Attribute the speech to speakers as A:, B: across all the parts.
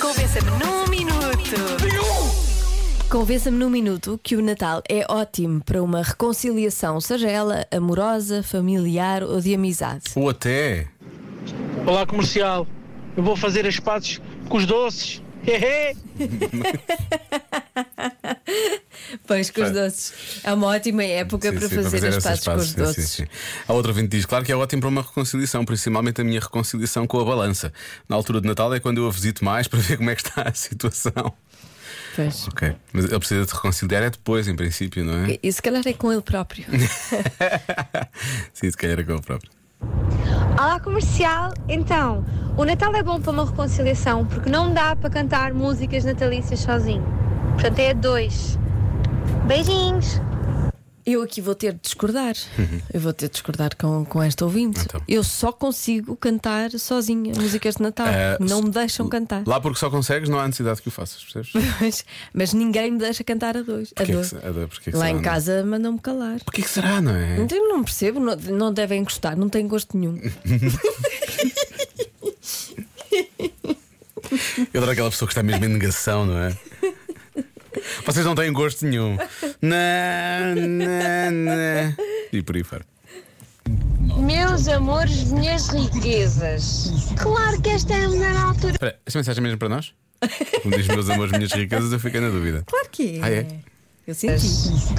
A: Convença-me num minuto.
B: Convença-me num minuto que o Natal é ótimo para uma reconciliação, seja ela amorosa, familiar ou de amizade.
C: Ou até.
D: Olá, comercial. Eu vou fazer as pazes com os doces. Hehe.
B: Pois com os
C: Sim.
B: doces. É uma ótima época
C: Sim,
B: para,
C: sim,
B: fazer as
C: essas
B: pazes com os
C: pazes, sim,
B: doces.
C: sim, sim. A outra ouvinte diz, claro que é ótimo para uma reconciliação, principalmente a minha reconciliação com a balança. Na altura de Natal é quando eu a visito mais para ver como é que está a situação.
B: Pois.
C: Ok. Mas ele precisa de reconciliar é depois, em princípio, não é?
B: E- E se calhar é com ele próprio.
C: Sim, se calhar é com ele próprio.
E: Olá comercial! Então, o Natal é bom para uma reconciliação porque não dá para cantar músicas natalícias sozinho. Portanto, é a dois. Beijinhos!
B: Eu aqui vou ter de discordar. Eu vou ter de discordar com, com esta ouvinte.
C: Uhum. Então.
B: Eu só consigo cantar sozinha músicas de Natal.
C: Ah,
B: não
C: se-
B: me deixam cantar.
C: Lá porque só consegues, não há necessidade que o faças, percebes?
B: Mas, mas ninguém me deixa cantar a dois. A
C: Porquê que
B: dois.
C: se- a dois, porquê que
B: Lá
C: será,
B: em
C: não é?
B: casa mandam-me calar.
C: Porquê que será, não é?
B: Então eu não percebo, não, não devem gostar, não têm gosto nenhum.
C: Eu adoro aquela pessoa que está mesmo em negação, não é? Vocês não têm gosto nenhum. Não, não, não. E por aí fora.
F: Meus amores, minhas riquezas. Claro que estamos na altura.
C: Espera, esta mensagem é mesmo para nós? Como diz meus amores, minhas riquezas, eu fiquei na dúvida.
B: Claro que é.
C: Ah, é?
B: Eu senti.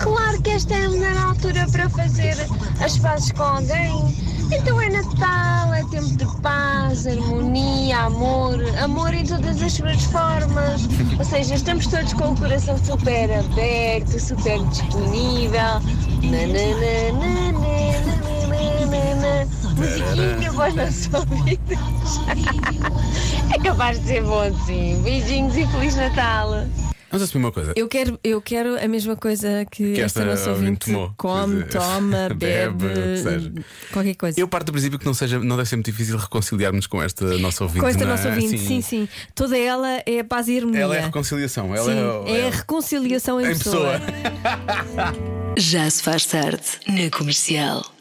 F: Claro que estamos na é altura para fazer as pazes com alguém. Então é Natal, é tempo de paz, harmonia, amor, amor em todas as suas formas. Ou seja, estamos todos com o coração super aberto, super disponível. Nananana, Musiquinha para os nossos ouvidos. É capaz de ser bom, sim. Beijinhos e Feliz Natal.
C: Vamos assumir uma coisa.
B: Eu quero, eu quero a mesma coisa que,
C: Que
B: esta
C: esta
B: nossa
C: ouvinte
B: ouvinte
C: tomou.
B: come,
C: Quer dizer,
B: toma,
C: bebe,
B: bebe,
C: o que seja.
B: qualquer coisa.
C: Eu parto do princípio que não, seja, não deve ser muito difícil reconciliarmos com esta nossa ouvinte.
B: Com esta
C: não é?
B: nossa ouvinte, sim. sim, Toda ela é a paz e harmonia.
C: Ela é a reconciliação. Ela
B: Sim, é, a reconciliação em,
C: em pessoa.
A: Já se faz tarde na comercial.